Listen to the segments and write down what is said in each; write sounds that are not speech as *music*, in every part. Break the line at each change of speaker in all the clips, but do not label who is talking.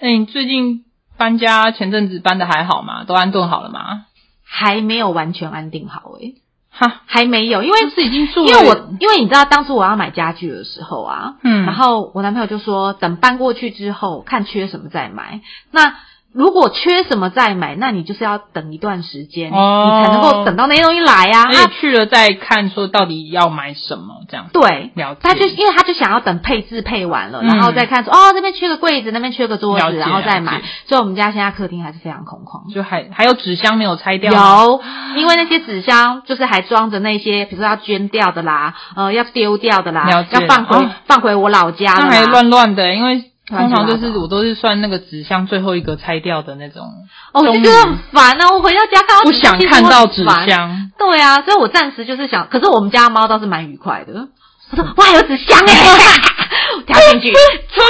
哎、你最近搬家，前阵子搬的还好吗？都安顿好了吗？
还没有完全安定好诶、
哈，
还没有，因为
是已经住
哎因
了，
为我因为你知道当初我要买家具的时候啊，
嗯
然后我男朋友就说等搬过去之后看缺什么再买。那如果缺什么再买，那你就是要等一段时间，
哦哎
你才能够等到那些东西来呀、
而
啊。
且去了再看，说到底要买什么这样。
对，
了解，
他就因为他就想要等配置配完了，
嗯
然后再看说哦这边缺个柜子，那边缺个桌
了
子，
解
然后再
了
买
解。
所以我们家现在客厅还是非常空旷。
就还还有纸箱没有拆掉吗，
有，啊因为那些纸箱就是还装着那些，比如说要捐掉的啦，呃，要丢掉的啦
了，解
要放回、
哦
放回我老家的
那还
啦。
乱乱的、因为
啊
通
乱七
常就
八
是
糟
我都是算那个纸箱最后一个拆掉的那种，
哦，我就觉得很烦啊！我回到家看到
不
纸箱
想看到纸。
其实我很烦
箱。
对啊，所以我暂时就是想，可是我们家猫倒是蛮愉快的。我说哇，有纸箱
*laughs*
哎，跳进去抓，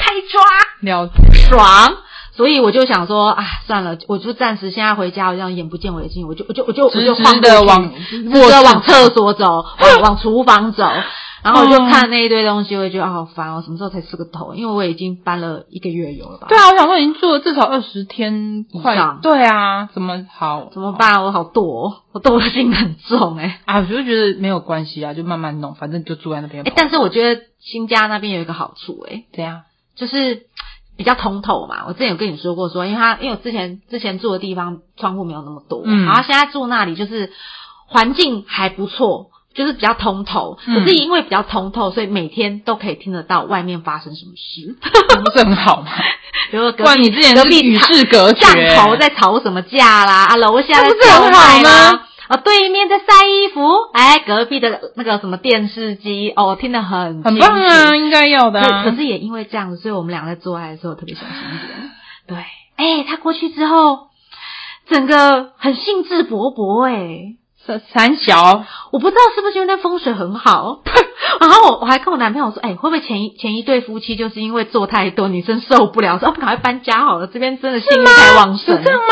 开抓，
了解，
爽。所以我就想说啊，算了，我就暂时现在回家，我这样眼不见为净，我就我就我就我
直
就
直
晃
的
过去 *laughs*
往
或者往
侧
厕所
*laughs*
走，往往厨房走，然后我就看那一堆东西，我就觉得啊好烦哦，什么时候才吃个头？因为我已经搬了一个月有了吧？
对，啊，我想说已经住了至少二十天快
以上，
对啊，怎么好
怎么办？我好惰、哦，我惰性很重
*laughs*
哎、
啊？我就觉得没有关系啊，就慢慢弄，反正就住在那边
哎、。但是我觉得新家那边有一个好处哎、
怎样？
就是比较通透嘛。我之前有跟你说过说，因为他因为我之前之前住的地方窗户没有那么多，
嗯
然后现在住那里就是环境还不错。就是比较通透，
嗯
可是因为比较通透，所以每天都可以听得到外面发生什么事。 *laughs*
不是很好吗？
比如说
不
隔壁
然你之前
隔
是
壁
与
吵
世隔绝，
上头在吵什么架啦，啊，楼下
那
在
不是
叫
很好
卖
吗
啦，啊，对面在晒衣服，哎，隔壁的那个什么电视机，哦，听得很
很
清
棒啊，
楚。
应该要的
可
啊
可。是也因为这样子，所以我们俩在做爱的时候特别小心一点。对，哎、他过去之后，整个很兴致勃勃、哎，
三三小，
我不知道是不是因为那风水很好。 *laughs* 然后我我还跟我男朋友说，哎、会不会前一前一对夫妻就是因为做太多，女生受不了，说、啊、赶快搬家好了，这边真的性欲太旺盛
有
了。
这样吗？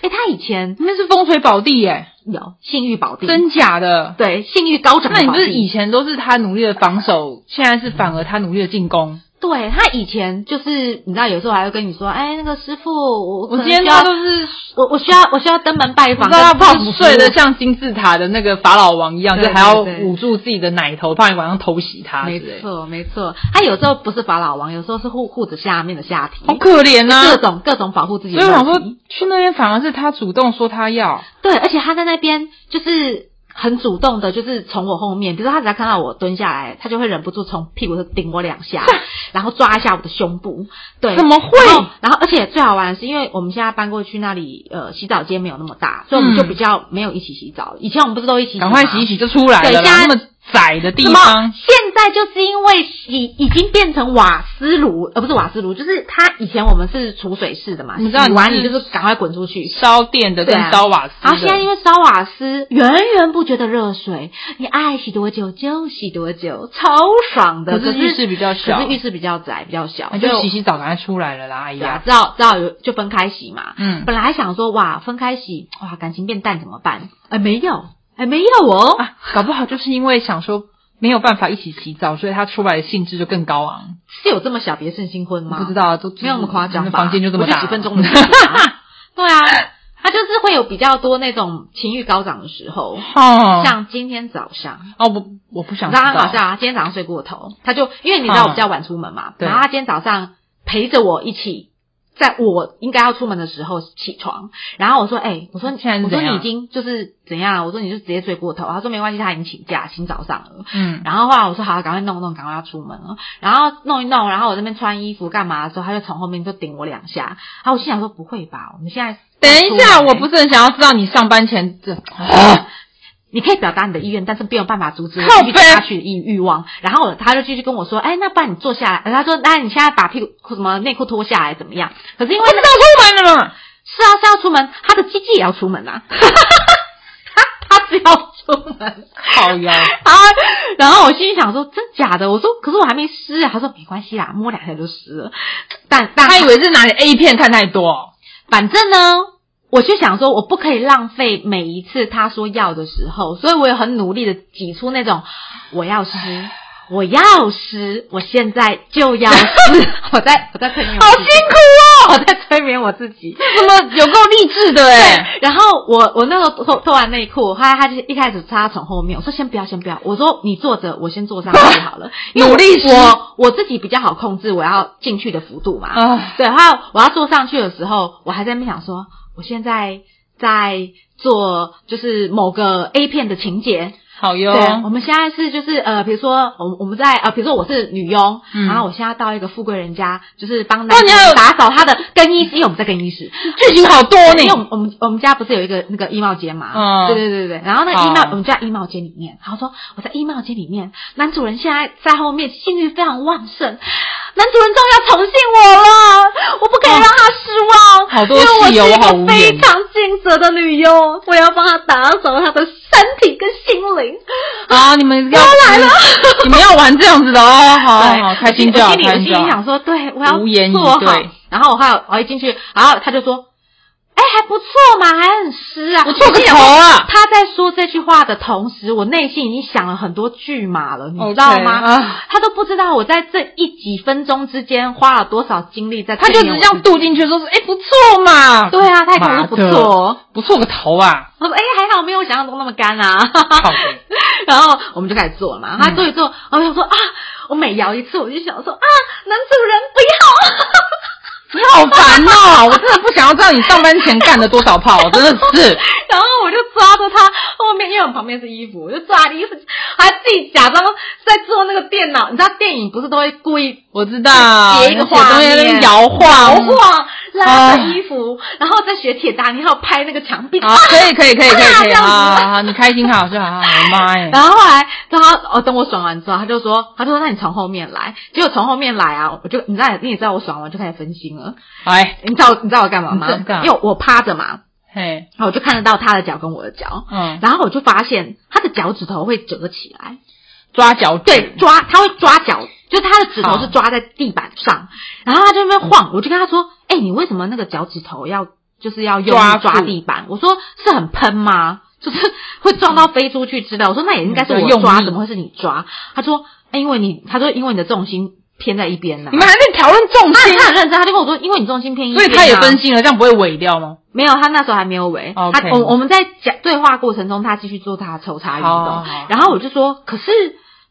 哎、他以前
那是风水宝地耶，
有性欲保定，
真假的？
对性欲高涨
那
的
你
保
不是
定。
以前都是他努力的防守，现在是反而他努力的进攻？
对他以前就是你知道，有时候还会跟你说，哎，那个师傅，我
我
可能
今天
需
他
要
都是
我我需要我需要登门拜
不
访，
知道他
跟泡
不
芙
是
服务
睡得像金字塔的那个法老王一样，
对
就还要
对对
捂住自己的奶头，怕你晚上偷袭他之
没
类。
错没错，他有时候不是法老王，有时候是护护着下面的下体，
好可怜
各
呐、
种各种保护自己
所
的
以
肉
我
体。
想说，去那边反而是他主动说他要，
对，而且他在那边就是很主动的，就是从我后面，比如说他只要看到我蹲下来，他就会忍不住从屁股上顶我两下，然后抓一下我的胸部。对，
怎么会
然后？然后，而且最好玩的是，因为我们现在搬过去那里，呃，洗澡间没有那么大，所以我们就比较没有一起洗澡。以前我们不是都一起洗
嗯赶快洗一洗就出来了
对现
啦，
在
那么窄的地
什么
方，？
现在就是因为洗已经变成瓦斯炉，呃，不是瓦斯炉，就是它以前我们是储水式的嘛，
你知道
洗完你
你是
就是赶快滚出去，
烧电的跟
对啊
烧瓦斯
然后现在因
的，
为烧瓦斯源源不绝的热水，你爱洗多久就洗多久，超爽的。
可
可
是浴室比较小
可是，浴室比较窄，比较小，
那就洗啊
洗
洗澡赶快出来了啦，哎
呀
呀，，
知道知道有就分开洗嘛。
嗯，
本来想说哇，分开洗哇，感情变淡怎么办？哎，没有，哎，没有哦。
啊，搞不好就是因为想说没有办法一起洗澡，所以他出来的兴致就更高昂。
是有这么小别胜新婚吗？
不知，道，都
没有那么夸张吧？
房间就这么
我
大，
几分钟的
*laughs*
事情啊。对啊，他就是会有比较多那种情欲高涨的时候，
哦，
像今天早上。
哦不，我不想
你
知
知道他
道，
好像啊，今天早上睡过头，他就因为你知道我比较晚出门嘛，
对
然后他今天早上陪着我一起，在我应该要出门的时候起床，然后我说，哎、我说
现在是
我说
怎样
你已经就是怎样，我说你就直接睡过头，他说没关系，他已经请假，请早上了。
嗯，
然后后来我说好，赶快弄弄，赶快要出门了。然后弄一弄，然后我这边穿衣服干嘛的时候，他就从后面就顶我两下。然后我心想说不会吧，我们现在
等一下，
出门
我不是很想要知道你上班前这，啊
你可以表达你的意愿，但是没有办法阻止我
靠
继续
背
下去的欲欲望。然后他就继续跟我说：“哎，那不然你坐下来。呃”他说：“那你现在把屁股什么内裤脱下来怎么样？”可是因
我
为
不知道出门了嘛，
是啊是要出门，他的鸡鸡也要出门啊， *laughs* 他他只要出门。
好呀，
*laughs* 啊，然后我心里想说：“真假的？”我说：“可是我还没湿啊。”他说：“没关系啦，摸两下就湿了。但”但
他以为是哪里 A 片看太多，
反正呢，我就想说，我不可以浪费每一次他说要的时候，所以我也很努力的挤出那种我要湿，
*laughs*
我要湿，我现在就要湿，我在我在喷你，
好辛苦哦，
*laughs* 我在催眠我自己。
怎么有够励志的哎、
然后我我那时候脱脱完内裤，后来他就一开始插从后面，我说先不要，先不要，我说你坐着，我先坐上去
*laughs*
好了，因为
努力是
我我自己比较好控制我要进去的幅度嘛。
啊！
对，然后我要坐上去的时候，我还在那边想说，我现在在做就是某个 A 片的情节，
好哟，
对，我们现在是就是呃，比如说我们我们在呃，比如说我是女佣，
嗯
然后我现在到一个富贵人家，就是帮男
那你要有
主打扫他的更衣室，因为我们在更衣室，
剧情好多
因为
呢。
我们我们我们家不是有一个那个衣帽间嘛，
嗯哦
对对对对，然后那个衣
好
帽我们就在衣帽间里面，然后说我在衣帽间里面，男主人现在在后面性欲非常旺盛，男主人终于要宠幸我了，我不可以让他失望，
好多
因为我是
戏哦
一
我好
个
无
非
言
常尽责的女佣，我要帮他打扫他的身体跟心灵。
啊，你们要来了，你们要玩这样子的
*laughs*
哦，好
对，
好开心就
我
好，
心里我
开
心
心
里
就好
想。说，对我要
无言以
做好
对。
然后我还有我一进去，然后他就说：“哎，还不错嘛，还很湿啊。”
我做个
心想
头
说
啊！
他在说这句话的同时，我内心已经想了很多剧码了，你知道
OK，
吗
啊
他都不知道我在这一几分钟之间花了多少精力在
他就
催
只
眠
这
我
样
自己
渡进去，说是哎、不错嘛，
对啊，他也跟我说不
妈的
错哦。
不错个头啊，
我说：“哎，还好没有我想象中那么干啊。”
靠北
*laughs* 然后我们就开始做了嘛。他做一做，然后我想说啊，我每摇一次，我就想说啊，男主人不要。 *laughs*
你好烦哦！我真的不想要知道你上班前干了多少炮，真的
*laughs*
是。
然后我就抓着他后面，因为我们旁边是衣服，我就抓着衣服，还自己假装在做那个电脑。你知道电影不是都会故意
我知道，
截一个画面
有些东西在那边摇晃，
摇晃、拉着
啊
衣服，然后再学铁达尼号拍那个墙壁。
好，可以可以可
*laughs*
以可以可以，
啊这样子
好好好，你开心好就好，好我妈耶！
*laughs* 然后后来他哦，等我爽完之后，他就说，他就说那你从后面来。结果从后面来啊，我就你知道你也知道我爽完就开始分心了。
哎，
你知道你知道我干嘛吗
你嗯知道干？嘛
因为我趴着嘛，
嘿，
然后我就看得到他的脚跟我的脚，
嗯，
然后我就发现他的脚趾头会折起来。
抓脚趾
对，，抓，他会抓脚，就他的指头是抓在地板上，然后他就在那边晃，我就跟他说：“哎、你为什么那个脚趾头要就是要用
抓
力
住
抓地板？”我说：“是很喷吗？就是 *laughs* 会撞到飞出去之类。”我说：“那也应该是
嗯
我
对用
抓，
力
怎么会是你抓？”他说：“哎因为你，他说因为你的重心偏在一边呢、
你们还在讨论重
他
心，
他很认真，他就跟我说：“因为你重心偏
嗯 *laughs*
一
所
边、啊。”
以他也分心了，这样不会萎掉吗？
没有，他那时候还没有围。
OK
他我我们在讲对话过程中，他继续做他的抽查运
好好
动
好。
然后我就说：“可是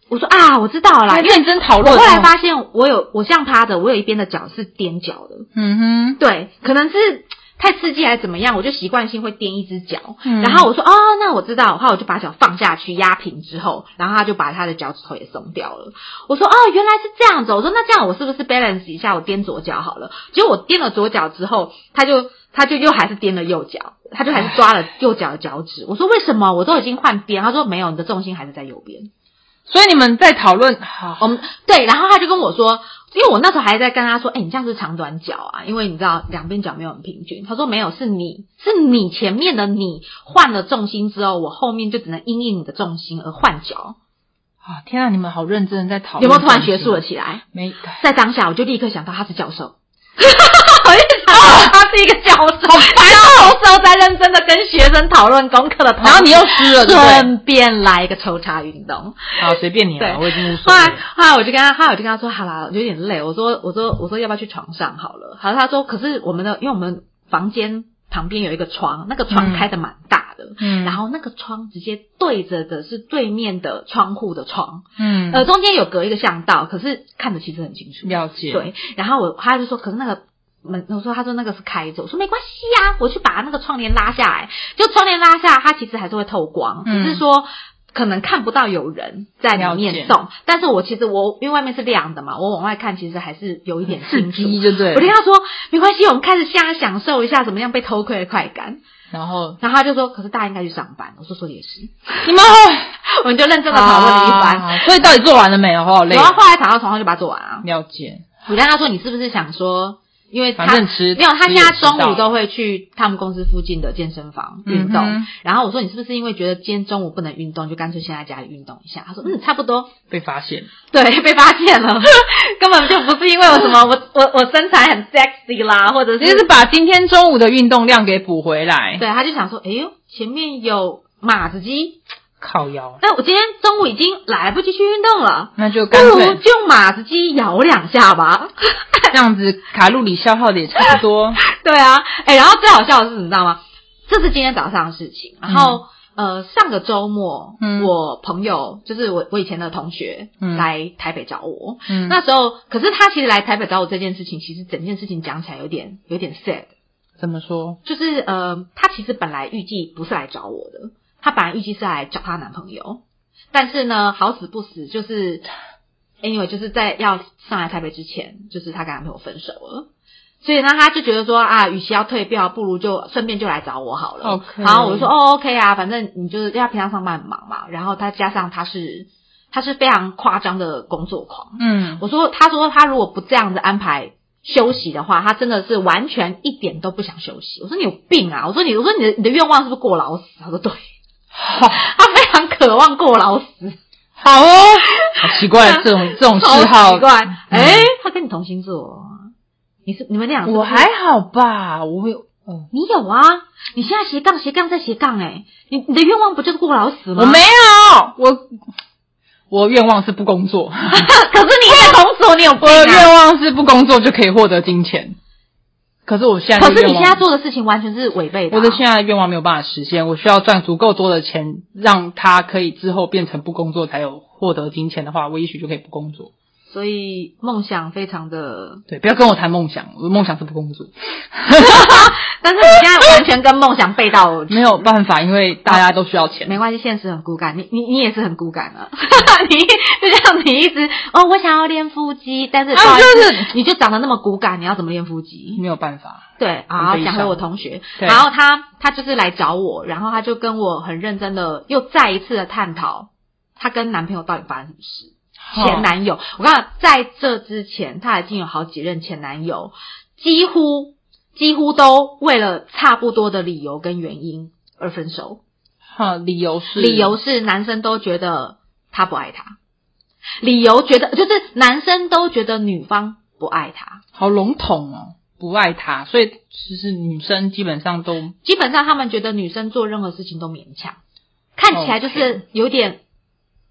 我说啊，我知道了啦，
还
因为
认真讨
我
论。哦
后来发现，我有我像他的，我有一边的脚是踮脚的，
嗯哼，
对，可能是太刺激还是怎么样，我就习惯性会踮一只脚。
嗯
然后我说哦，那我知道，然后我就把脚放下去压平之后，然后他就把他的脚趾头也松掉了。我说哦，原来是这样子哦。我说那这样我是不是 balance 一下，我踮左脚好了？结果我踮了左脚之后，他就他就又还是踮了右脚，他就还是抓了右脚的脚趾。我说为什么？我都已经换边。他说没有，你的重心还是在右边。
所以你们在讨论，好，
我们哦对，然后他就跟我说，因为我那时候还在跟他说，哎、你这样是长短脚啊，因为你知道两边脚没有很平均。他说没有，是你是你前面的你换了重心之后，我后面就只能因应你的重心而换脚。
啊，天啊，你们好认真的在讨论，
有没有突然学术了？起来？
没，
在当下，我就立刻想到他是教授。 *laughs* 我就想
哦
到他是一个教授，他教授在认真的跟学生讨论功课的同时，
然后你又湿了，对不对？
顺便来一个抽查运动。
好，随便你
对
了，我已经无
后
所谓
来
了。，
后来我就跟他，后来我就跟他说，好啦，我有点累，我说，我说，我说要不要去床上好了？好，他说，可是我们的，因为我们房间旁边有一个窗，那个
嗯
窗开的蛮大的，
嗯，
然后那个窗直接对着的是对面的窗户的窗，
嗯，
呃，中间有隔一个巷道，可是看的其实很清楚。
了解，，
对，然后我他就说，可是那个门，我说他说那个是开着，我说没关系呀、啊，我去把那个窗帘拉下来，就窗帘拉下，它其实还是会透光，
嗯
只是说。可能看不到有人在
了
里
解
面动，但是我其实我因为外面是亮的嘛，我往外看其实还是有一点
刺
清楚。
激就 *laughs* 对
我就跟
了。
他说没关系，我们开始瞎享受一下怎么样被偷窥的快感。
然后
然后他就说，可是大家应该去上班。我说说的也是， *laughs*
你们好，
我们就认真的讨论了一啊番。
啊所以到底做完了没有？我好累
然。后后来躺到床上就把它做完啊。
了解，
我跟他说，你是不是想说，因为他
反正吃
没有，他
吃
现
也
在
知
中
道
午都会去他们公司附近的健身房
嗯哼
运动。然后我说，你是不是因为觉得今天中午不能运动，就干脆先在家里运动一下？他说，嗯，差不多。
被发现。
对， *laughs* 被发
*laughs*
现了，根本就不是因为我什么，我我我身材很 sexy 啦，或者
就是是把今天中午的运动量给补回来。
对，他就想说，哎呦，前面有马子鸡，
靠腰，
那我今天中午已经来不及去运动了，
那就
不
干
如
脆
就用马子机摇两下
*laughs*
吧。
这样子，卡路里消耗的也差不
*laughs*
多。
对啊，哎、然后最好笑的是，你知道吗？这是今天早上的事情。然后、呃，上个周末，
嗯
我朋友就是我我以前的同学、
嗯
来台北找我。
嗯，
那时候，可是他其实来台北找我这件事情，其实整件事情讲起来有点有点 sad，
怎么说？
就是呃，他其实本来预计不是来找我的，他本来预计是来找她男朋友，但是呢，好死不死就是，anyway，就是在要上来台北之前，就是她跟男朋友分手了。所以呢，他就觉得说啊，与其要退票，不如就顺便就来找我好了。
OK
然后我就说哦，OK 啊，反正你就是要平常上班很忙嘛。然后他加上他是他是非常夸张的工作狂，
嗯，
我说，他说他如果不这样子安排休息的话，他真的是完全一点都不想休息。我说你有病啊！我说你，我说你的你的愿望是不是过劳死？啊他说对，
好，
他非常渴望过劳死，
好哦，好奇怪，这种这种
好
嗜好嗯
奇，怪。哎、他跟你同星座啊，你是你们俩是不是
我还好吧，我会，哦，
你有啊？你现在斜杠斜杠再斜杠哎、你你的愿望不就是过劳死吗？
我没，有，我我愿望是不工作，
可是你在 *laughs* 工作，你有
*laughs*
病
我的
啊！
愿望是不工作就可以获得金钱，可是我现在
可
的
是你
愿
现
望
在做的事情完全是违背的啊、
我的现在的愿望没有办法实现，我需要赚足够多的钱，让他可以之后变成不工作才有获得金钱的话，我也许就可以不工作。
所以梦想非常的
对，不要跟我谈梦想，我的梦想是不工作，
但是你现在完全跟梦想背道而驰，
没有办法，因为大家都需要钱。
没关系，现实很骨感，你你你也是很骨感啊， *laughs* 你就像你一直哦，我想要练腹肌，但是
啊
不好意思
就是
你就长得那么骨感，你要怎么练腹肌？
没有办法，
对，
很
好，
悲
讲回
伤
我同学，
对
然后他他就是来找我，然后他就跟我很认真的又再一次的探讨她跟男朋友到底发生什么事。
哦
前男友。我告诉你，在这之前，她已经有好几任前男友，几乎几乎都为了差不多的理由跟原因而分手。
哈，理由是
理由是男生都觉得他不爱她，理由觉得就是男生都觉得女方不爱他。
好笼统哦，不爱他，所以其实女生基本上都
基本上他们觉得女生做任何事情都勉强，看起来就是有点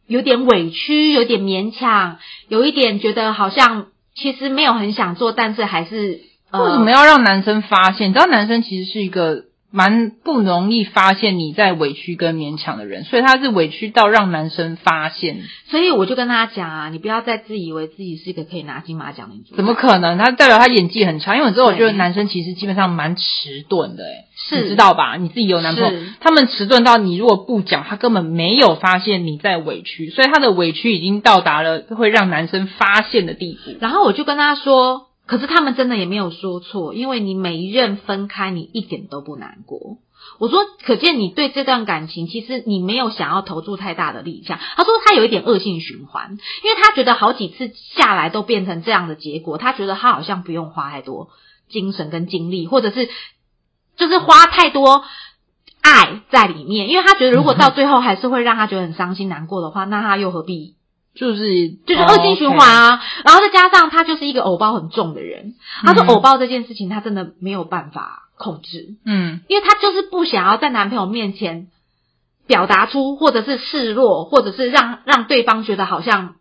有点委屈，有点勉强，有一点觉得好像其实没有很想做，但是还是呃
为什么要让男生发现？你知道男生其实是一个蛮不容易发现你在委屈跟勉强的人，所以他是委屈到让男生发现，
所以我就跟他讲啊，你不要再自以为自己是一个可以拿金马奖的女主角
怎么可能？他代表他演技很差，因为你知道，我
对
觉得男生其实基本上蛮迟钝的、欸，
是
你知道吧？你自己有男朋友
是，
他们迟钝到你如果不讲，他根本没有发现你在委屈，所以他的委屈已经到达了会让男生发现的地步。
然后我就跟他说，可是他们真的也没有说错，因为你每一任分开，你一点都不难过。我说，可见你对这段感情，其实你没有想要投注太大的力量。他说他有一点恶性循环，因为他觉得好几次下来都变成这样的结果，他觉得他好像不用花太多精神跟精力，或者是就是花太多爱在里面，因为他觉得如果到最后还是会让他觉得很伤心难过的话，那他又何必
就是哦
就是恶性循环啊。然后再加上他就是一个偶包很重的人，他说
嗯
偶包这件事情他真的没有办法控制，
嗯，
因为他就是不想要在男朋友面前表达出或者是示弱，或者是让让对方觉得好像。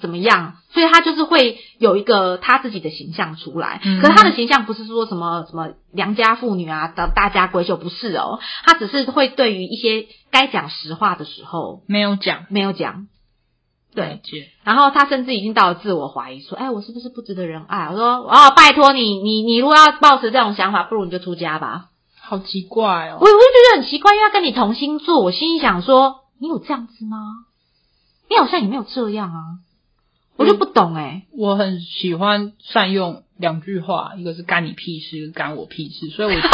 怎么样？所以他就是会有一个他自己的形象出来，
嗯
可是他的形象不是说什么什么良家妇女啊、大大家闺秀，不是哦，他只是会对于一些该讲实话的时候
没有讲，
没有讲，对，
了解，
然后他甚至已经到了自我怀疑，说：“哎，我是不是不值得人爱？”我说：“哦，拜托你，你你如果要抱持这种想法，不如你就出家吧。
好奇怪
我”
哦
我。就觉得很奇怪，因为他跟你同星座，我心里想说：“你有这样子吗？你好像也没有这样啊。”我就不懂哎、
我很喜欢善用两句话，一个是干你屁事，一个干我屁事，所以我 *laughs* 其实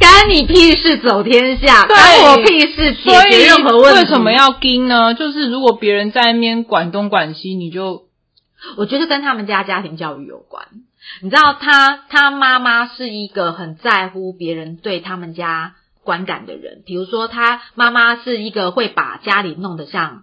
干你屁事走天下，
对
干我屁事解
所以
决任何问题。
为什么？要盯呢？就是如果别人在那边管东管西，你就
我觉得跟他们家家庭教育有关。你知道他他妈妈是一个很在乎别人对他们家观感的人，比如说他妈妈是一个会把家里弄得像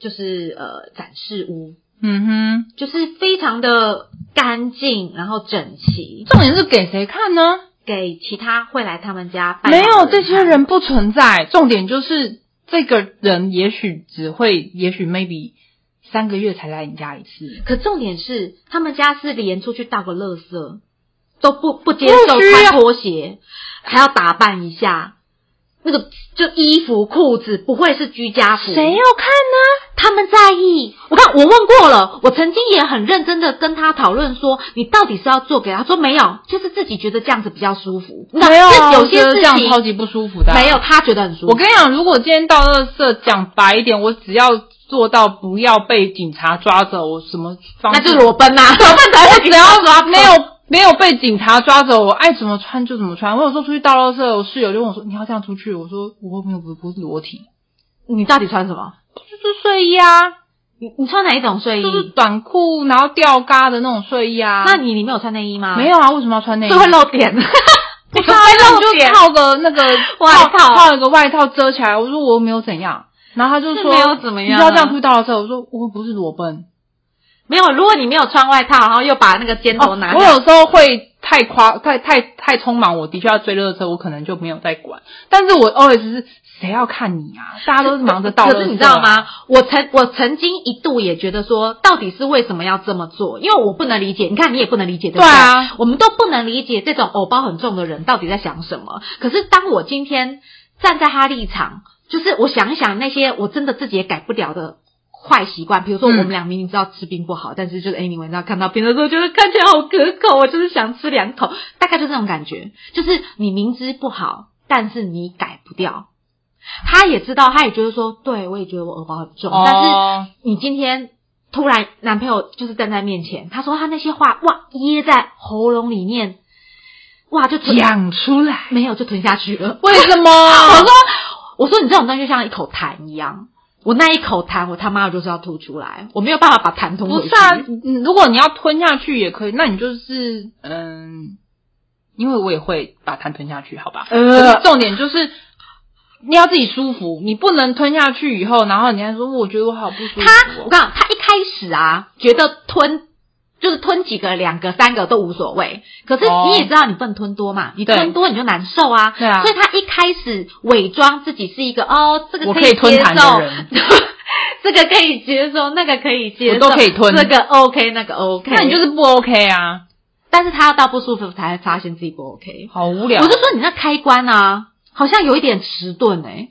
就是呃展示屋，
嗯哼。
就是非常的干净，然后整齐。
重点是给谁看呢？
给其他会来他们家拜
没
访的
有这些
看
人不存在，重点就是这个人也许只会，也许 maybe 三个月才来你家一次，
可重点是，他们家是连出去倒个垃圾都不不接
不
受
需要
穿拖鞋，还要打扮一下。那个就衣服、裤子不会是居家服，
谁要看呢？
他们在意。我看我问过了，我曾经也很认真的跟他讨论说，你到底是要做给他？他说没有，就是自己觉得这样子比较舒服。
*laughs* 没有啊，
那有
我觉
些
得
事
这
情
样超级不舒服的啊、
没有，他觉得很舒服。
我跟你讲，如果今天到垃圾，讲白一点，我只要做到不要被警察抓走，我什么方
那
式
就是裸奔 *laughs* 呐、啊，裸奔才
我 *laughs*
会
只
紧张抓
要
不
没有没有被警察抓走，我爱怎么穿就怎么穿。我有时候出去倒垃圾，我室友就问我说：“你要这样出去？”我说：“我没有，不不是裸体，
你到底穿什么？
就是睡衣啊，
你你穿哪一种睡衣？
就是短裤，然后吊嘎哎的那种睡衣啊。”
那你里面有穿内衣啊吗？
没有啊？为什么要穿内衣？
就会露 *laughs* 点。
我
你
说
说 *laughs* 会
那
露
你
点
就，套个那个
外套
套一个外套遮起来。我说我又没有怎样，然后他就说
是没有怎么样啊
你知道这样出去倒垃圾，我说我不是裸奔。
没有。如果你没有穿外套，然后又把那个肩头拿
哦我
下，
有时候会太夸太太太匆忙，我的确要追热车，我可能就没有在管。但是我 always 是谁要看你啊？大家都是忙着倒垃圾啊、
可是你知道吗？我曾我曾经一度也觉得说，到底是为什么要这么做？因为我不能理解，你看你也不能理解，对不
对啊，
我们都不能理解这种偶包很重的人到底在想什么。可是当我今天站在他立场，就是我想一想那些我真的自己也改不了的。坏习惯，比如说我
嗯
们俩明明知道吃冰不好，但是就是 anyway，你知道看到冰的时候，觉得看起来好可口，我就是想吃两口，大概就这种感觉。就是你明知不好，但是你改不掉。他也知道，他也觉得说，对我也觉得我荷包很重，
哦
但是你今天突然男朋友就是站在面前，他说他那些话哇噎在喉咙里面，哇就吞
讲出来，
没有就吞下去了。
为什么？
我说我说你这种东西就像一口痰一样，我那一口痰我他妈就是要吐出来，我没有办法把痰吞
不
回去。
是啊，嗯如果你要吞下去也可以，那你就是嗯，因为我也会把痰吞下去，好吧？可是
呃，
重点就是。你要自己舒服，你不能吞下去以后，然后你还说我觉得我好不舒服哦、
他我跟你讲，他一开始啊觉得吞。就是吞几个、两个、三个都无所谓，可是
哦
你也知道你不能吞多嘛，你
对
吞多你就难受啊。
对啊
所以他一开始伪装自己是一个哦，这个
我
可
可以吞
接
痰的
受
人，
*laughs* 这个可以接受，那个可以接受，
我都可以吞
这个 OK，那个 OK。
那你就，是不 OK 啊，
但是他要到不舒服才会发现自己不 OK。
好无
我
聊。哦
就说你那开关啊，好像有一点迟钝哎、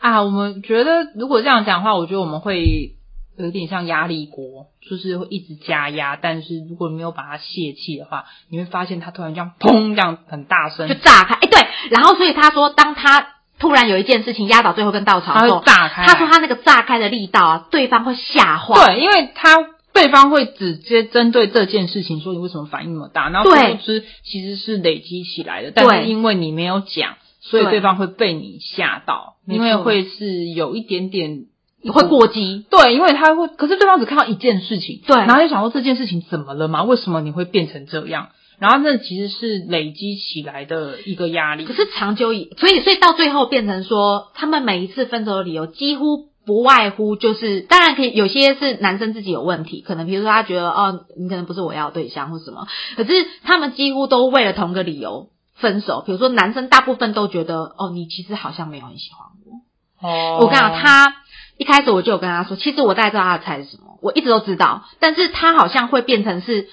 啊，我们觉得如果这样讲的话，我觉得我们会有点像压力锅，就是会一直加压，但是如果没有把它泄气的话，你会发现它突然这样砰这样很大声
就，炸开。哎、对，然后所以他说，当他突然有一件事情压倒最后根稻草
它
的时
会
候，
炸开来。
他说他那个炸开的力道啊，对方会吓坏。
哎对，因为他对方会直接针对这件事情说你为什么反应那么大，然后殊
对
不知其实是累积起来的，但是
对
因为你没有讲，所以
对
对方会被你吓到，
没
因为
错
会是有一点点
会过激。
对，因为他会，可是对方只看到一件事情，
对
然后就想说这件事情怎么了嘛？为什么你会变成这样？然后那其实是累积起来的一个压力。
可是长久以，所以所以到最后变成说，他们每一次分手的理由几乎不外乎就是，当然可以有些是男生自己有问题，可能比如说他觉得哦，你可能不是我要的对象或什么，可是他们几乎都为了同个理由分手。比如说男生大部分都觉得哦，你其实好像没有很喜欢我。
哦
我跟你讲，他一开始我就有跟他说，其实我大概知道他的菜是什么，我一直都知道，但是他好像会变成是。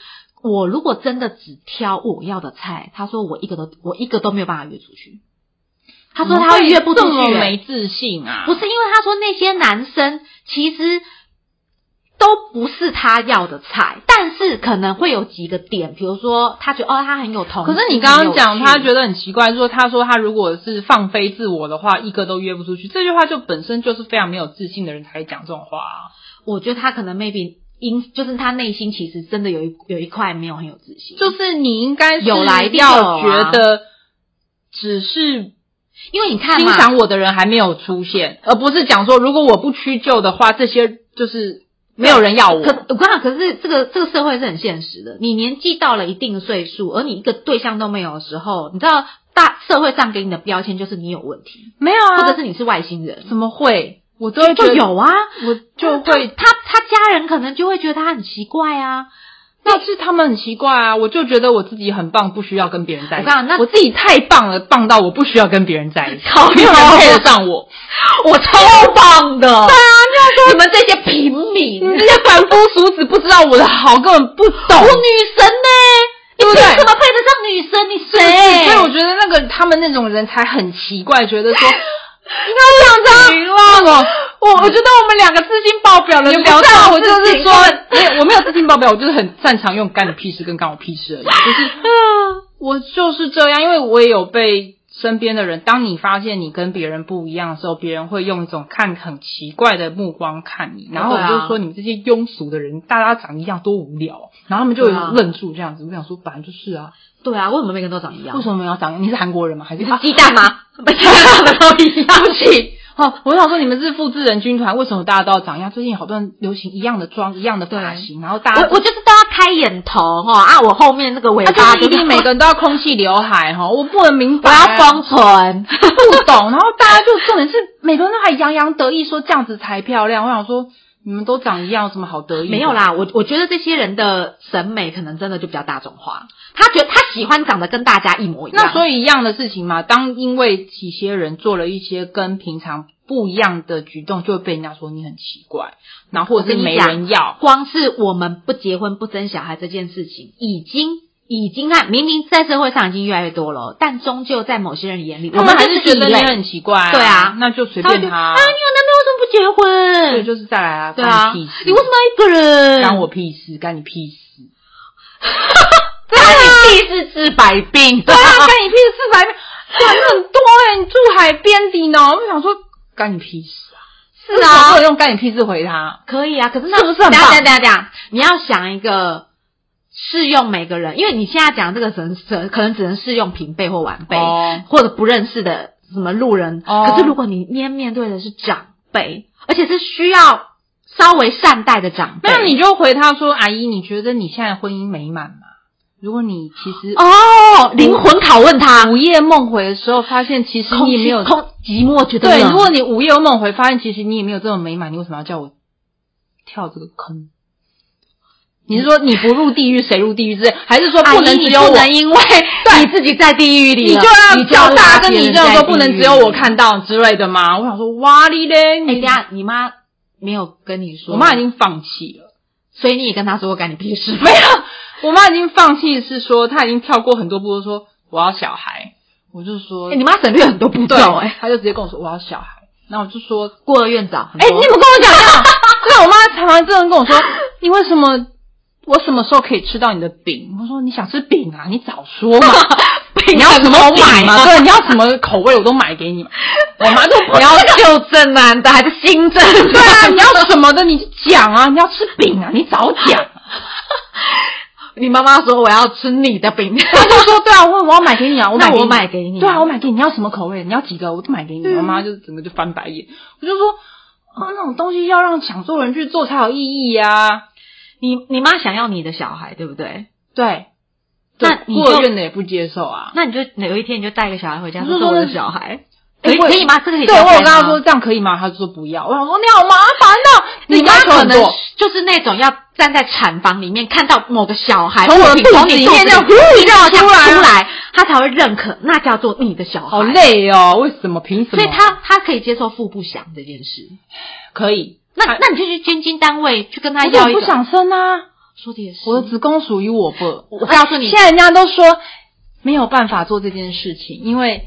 我如果真的只挑我要的菜，他说我一个都我一个都没有办法约出去。他说他会约不出
怎么会
去、
这么
欸
没自信啊！
不是因为他说那些男生其实都不是他要的菜，但是可能会有几个点，比如说他觉得哦他很有同情，
可是你刚刚讲，
很有趣
他觉得很奇怪，说他说他如果是放飞自我的话，一个都约不出去。这句话就本身就是非常没有自信的人才会讲这种话啊。
我觉得他可能 maybe 因就是他内心其实真的有一有一块没有很有自信，
就是你应该是
有啦一定有
要
啊
觉得只是
因为你看
欣
嘛，
赏我的人还没有出现，而不是讲说如果我不屈就的话，这些就是没有人要我。
可我跟你讲，可是这个这个社会是很现实的。你年纪到了一定岁数，而你一个对象都没有的时候，你知道大社会上给你的标签就是你有问题，
没有
或者
啊，
是你是外星人，
怎么会？我都会觉
就
得，
有啊，
我就
他
会
他他家人可能就会觉得他很奇怪啊。
但是他们很奇怪啊，我就觉得我自己很棒，不需要跟别人在一起。
我看那
我自己太棒了，棒到我不需要跟别人在
*laughs*
一起，
靠
没有人配得上我。
我超棒的。对啊，你们这些平民，
你这些凡夫俗子不知道我的好，根本不懂。
*laughs* 我女神呢、
对不
你
对
凭什么配得上女神？你
对，
谁？
所以我觉得那个他们那种人才很奇怪，觉
*laughs*
得说
应该这样子啊。
行了，
我我觉得我们两个自信爆表了，
你不
聊
知道
到
我就是说
自己，
没有我没有自信爆表，我就是很擅长用干你屁事跟干我屁事而已，就是我就是这样，因为我也有被身边的人，当你发现你跟别人不一样的时候，别人会用一种看很奇怪的目光看你，然后我
对啊
就说你们这些庸俗的人，大家长一样多无聊，然后他们就
对啊
愣住这样子，我想说本来就是
*laughs*
啊，
*laughs* 对啊，为什么每个人都长一样？
为什么没有长？你是韩国人吗？还
*laughs*
是
你是鸡
*laughs*
蛋吗？每个人都一样。
对不起。 *laughs* 哦，我想说你们是复制人军团，为什么大家都要长一样？最近好多人流行一样的妆、一样的发型，然后大家
*laughs* 我我就是都要开眼头哈啊！我后面那个尾
他
巴
啊就是一定每个人都要空气刘海哈，我不能明
*laughs* 我
白，啊 *laughs*
要封唇，
不懂。然后大家就重点是每个人都还洋洋得意说这样子才漂亮。我想说你们都长一样，有什么好得意？
没有，啦，我我觉得这些人的审美可能真的就比较大众化，他觉得他喜欢长得跟大家一模一样。
那所以一样的事情嘛。当因为几些人做了一些跟平常不一样的举动，就会被人家说你很奇怪，然后或者是
我跟
没
你讲
人要。
光是我们不结婚不生小孩这件事情，已经已经啊，明明在社会上已经越来越多了，但终究在某些人眼里，我
我
们
们
还
还
是
是觉得你
异类
很奇怪、
对啊
那就随
他会
便
觉得
他
啊，
啊
你有男朋友为什么不结
对，
婚？
就是再来啊，
对啊，
关你屁事
你为什么要一个人？
干我嗯屁事？干你屁事？
干你屁事治百病。
对啊，
*laughs*
干你屁事！来，管很多哎、你住海边的呢，我就想说干你屁事啊！
是
为什么不
啊
能，用干你屁事回他。
可以啊，可是那
是不是很
等一下
棒
等一下等一下，你要想一个适用每个人，因为你现在讲这个只能只可能只能适用平辈或晚辈，
哦
或者不认识的什么路人。
哦
可是如果你面面对的是长辈，而且是需要稍微善待的长辈，
没有，你就回他说：“阿姨，你觉得你现在婚姻美满吗？”如果你其实
哦，
嗯
灵魂拷问他，
午夜梦回的时候，发现其实
空
你也没
虚
有
空啊寂寞，觉得
对，
冷
如果你午夜梦回，发现其实你也没有这么美满，你为什么要叫我跳这个坑？你是说你不入地狱谁入地狱之类，还是说
阿姨
不能只有
你
我
不？能因为你自己在地狱里
你
了，
就要
你
叫大家跟
别
你
人
这样
在
说，
地
不能只
狱
有我
里
看到之类的吗？我想说，哇哩嘞！
哎、
你
等一下，你妈没有跟你说，
我妈已，经放弃了，
所以你也跟她说我干你屁事
*laughs* 没有，我妈已经放弃是说她已经跳过很多步，说我要小孩，我就说、
*laughs* 哎、你妈省略很多步骤、
对，
哎，
她就直接跟我说我要小孩，那我就说
过了院啊长，
哎、你怎么跟我讲这 *laughs* 样？对我妈常常这样跟我说，你为什么我什么时候可以吃到你的饼？我说你想吃饼啊，你早说 *laughs* 嘛，
你
你要什么买
买
嘛？对，你要什么口味我都买给你嘛。我妈就不
你要旧正
啊
男的还是新正的？
*laughs* 对 *laughs* 啊，你要什么的你就讲啊，你要吃饼啊，你早讲。啊
你妈妈说我要吃你的饼，
她就说对啊，我我要买给你啊，我买给
*laughs* 那
你
我买给你
对啊，我买给你，你要什么口味？你要几个我都买给你。我妈就整个就翻白眼，我就说啊，那种东西要让想做的人去做才有意义啊。
你你妈想要你的小孩，对不对？
对，
那
对
你
孤儿
就
院的也不接受啊。
那你就有一天你就带一个小孩回家，
我就
说这
说
我的
那
小孩，可
哎
以
我
可以吗？这个可以
对，
交
我有
代
跟他
吗
说这样可以吗？他就说不要。我想说你好麻烦哦，
你
要
妈
求
可
很
能
多，
就是那种要站在产房里面看到某个小孩
从我的
或者从
肚
你
子里
肚
面
子
这样呼
一绕
出
出
来啊
来，他才会认可那叫做你的小孩。
好累哦。为什么？凭什么？
所以他他可以接受腹部响这件事。
可以。
那
他
那你就去监经单位去跟他
啊我
要一
就
个。
不想生啊，
说的也是，
我的子宫属于我不。
我告诉你
现，在人家都说没有办法做这件事情，因为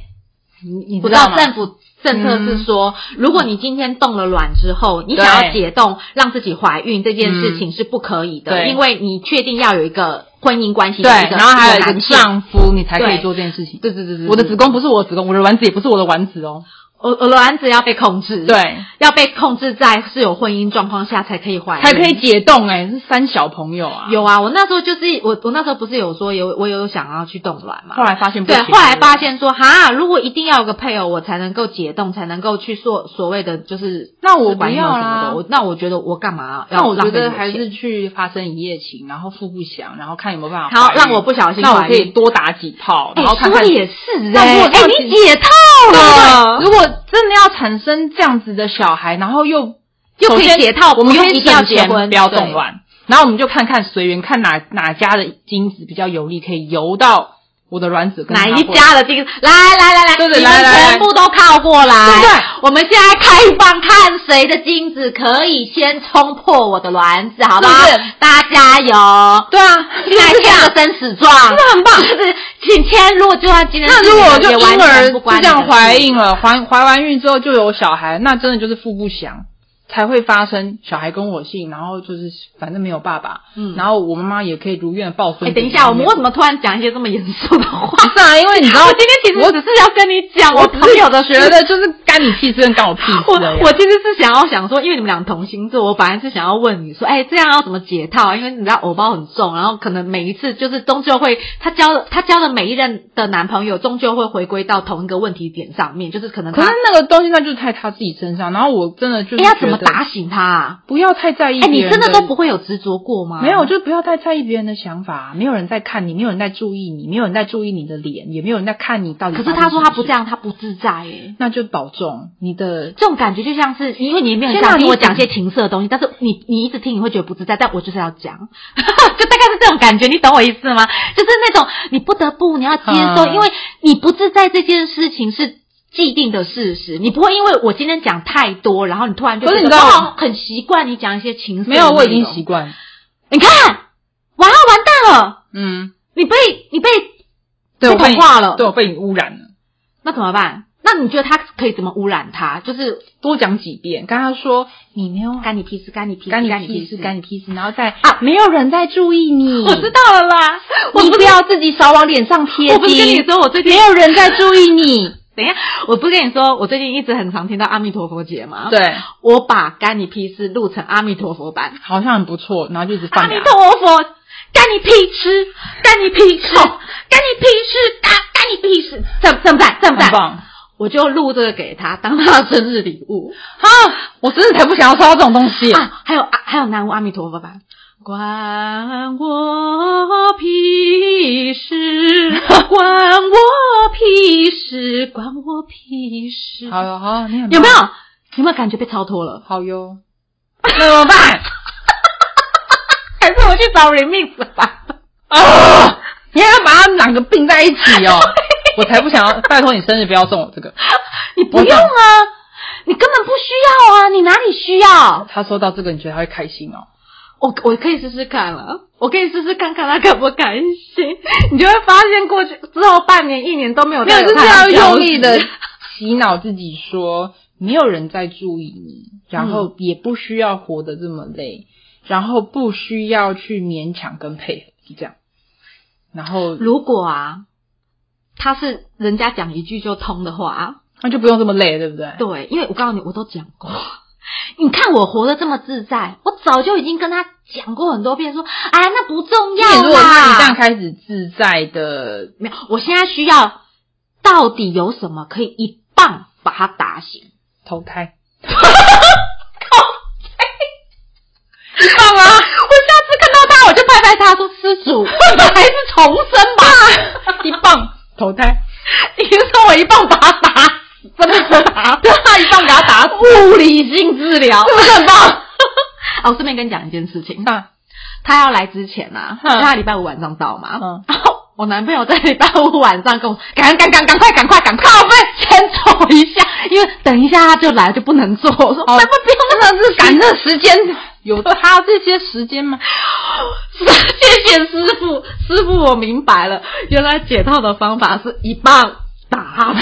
你你
我
知
知
道
道
吗？嗯
政府政策是说，如果你今天动了卵之后，你想要
对
解冻让自己怀孕这件事情是不可以
嗯
的，
对
因为你确定要有一个婚姻关系
对
的一个，
然后还有一个
男性
丈夫，你才可以
对
做这件事情。
对对对对，
我的子宫不是我的子宫，我的卵子也不是我的卵子哦。
我我卵子要被控制，，
对，
要被控制在是有婚姻状况下才可以怀孕，
才可以。解冻哎，是三小朋友啊。
有啊，我那时候就是我我那时候不是有说有我有想要去冻卵嘛
后，来发现不
对，
行
后来发现说哈，如果一定要有个配偶，我才能够解冻，才能够去做所谓的就是
那我
试管
不
婴儿
要
什么
啦
的，我那我觉得我干嘛
那
要
我
浪
觉
费你的
得
钱？
还是去发生一夜情，然后腹不详，然后看有没有办法怀孕。
好让我不小心
那我
怀
可以
孕。
多打几炮，
哎
然后看
说
看
的也是
那如
哎，
果
哎
他
你解套
对
了，
如果真的要产生这样子的小孩，然后又
就可以
首先
解套，
我们
不
可
用
以
一定要
省
结
钱，
婚，
不要
对
动。乱。然后我们就看看随缘，看哪哪家的精子比较有力，可以游到我的卵子跟
哪
它
一
混
家的这个？来来来来，
对对
你
来来
们
来
全部都靠过来，
对不对？
我们现在开放，看谁的精子可以先冲破我的卵子，好不好？
是不是
大家加油！
*laughs* 对啊，
来
就是这
签
样。
个生死状，真的很棒。 *laughs* 就是请签，如果就算今天
那如果就婴儿
不
就
关
这样怀孕了，怀怀完孕之后就有小孩，那真的就是腹不祥才会发生。小孩跟我姓，然后就是反正没有爸爸，
嗯
然后我妈妈也可以如愿抱孙
哎，
子。
等一下，我们为什么突然讲一些这么严肃的话？
不是啊？因为 *laughs* 你知道
我，今天其实
我
只是要跟你讲，
我
我朋友的
只是觉得就是干你屁事，跟干我屁
我
事而已啊。
我其实是想要想说，因为你们俩同星座，我本来是想要问你说，哎，这样要怎么解套啊？因为你知道偶包很重，然后可能每一次就是终究会，她交的她交的每一任的男朋友，终究会回归到同一个问题点上面，就是可能
可是
他
那个东西那就是在他自己身上，然后我真的就是
哎要怎么
觉得
打醒他、啊？
不要太在意
哎，
别人。啊
你真的都不会有执着过吗？
没有，就不要太在意别人的想法，啊没有人在看你，没有人在注意你，没有人在注意你的脸，也没有人在看你到底。
可是他说他不这，样，他不自在哎。
那就保重你的。
这种感觉就像是，因为你也没有
天
人
哪
想听
你
我
一直
讲一些情色的东西，但是你你一直听你会觉得不自在，但我就是要讲， *laughs* 就大概是这种感觉，你懂我意思吗？就是那种你不得不你要接受，
嗯
因为你不自在这件事情是。既定的事实，你不会因为我今天讲太多，然后你突然就
可是
觉得
你知道
我好像很习惯你讲一些情色的
没有，我已
内
经
容
习惯。
你看，完了完蛋了，
嗯，
你被你被
对我
被
被
同化了
对我被你污染了。
那怎么办？那你觉得他可以怎么污染他？就是
多讲几遍，跟他说你没有
干你屁事，干你屁事，
干你
屁
屁事，干你屁事，然后再
啊
没有人在注意 *laughs* 你。
我知道了啦，我
嗯你
不
不
是
要自己少往脸上贴金。
我不是跟你说，我最近
没有人在注意你。
*laughs* 等一下，我不是跟你说，我最近一直很常听到阿弥陀佛节吗？，
对，
我把干你屁事录成阿弥陀佛版，
好像很不错，然后就一直
阿
放
弥
牙。
陀佛，干你屁吃，干你屁吃，干你屁事，干干你屁事，赞赞不赞？赞不
很
赞？
棒
我就录这个给他当他的生日礼物
啊！我真的才不想要收到这种东西。
啊！还有啊，还有南无阿弥陀佛版。关我屁 *laughs* 事，关我屁事，关我屁事。
好哟，好，你很
有
棒
没有？有没有感觉被超脱了？
好哟？那怎么办？
*laughs* 还是我去找 remix 吧？
啊！你还要把它两个并在一起 *laughs* 哦！我才不想要，拜托你生日不要送我这个。
*laughs* 你不用啊，你根本不需要啊，你哪里需要？
他收到这个，你觉得他会开心哦？
我我可以试试看了，我可以试试看看他开不开心。你就会发现过去之后半年一年都没有
没有，
再
就是
他
要
的消
用力的
息
洗脑自己说，没有人在注意你，然后也不需要活得这么累，然后不需要去勉强跟配合，是这样。然后
如果啊，他是人家讲一句就通的话啊，
那就不用这么累，对不对？
对，因为我告诉你，我都讲过。 *laughs* 你看我活得这么自在，我早就已经跟他讲过很多遍说哎，那不重要
因为如
啦。
果让你这样开始自在的，
没有，我现在需要到底有什么可以一棒把它打醒？
投
*laughs*
胎，
一棒啊！我下次看到他，我就拍拍他说：“施主，你们还是重生 *laughs* 吧。
一棒投胎，”
你是说我一棒把他打死，真的打？对啊，一棒把他打死，物理性治疗是不是很棒？哦，顺便跟你讲一件事情，
啊，
他要来之前啊，
嗯
因为他礼拜五晚上到嘛，
嗯
然后我男朋友在礼拜五晚上跟我说，赶赶赶赶快赶快赶快，我们先走一下，因为等一下他就来就不能做。我说，
哦
那不不用那是
赶那时间有他这些时间吗？
*laughs* 谢谢师傅，师傅我明白了，原来解套的方法是一棒打。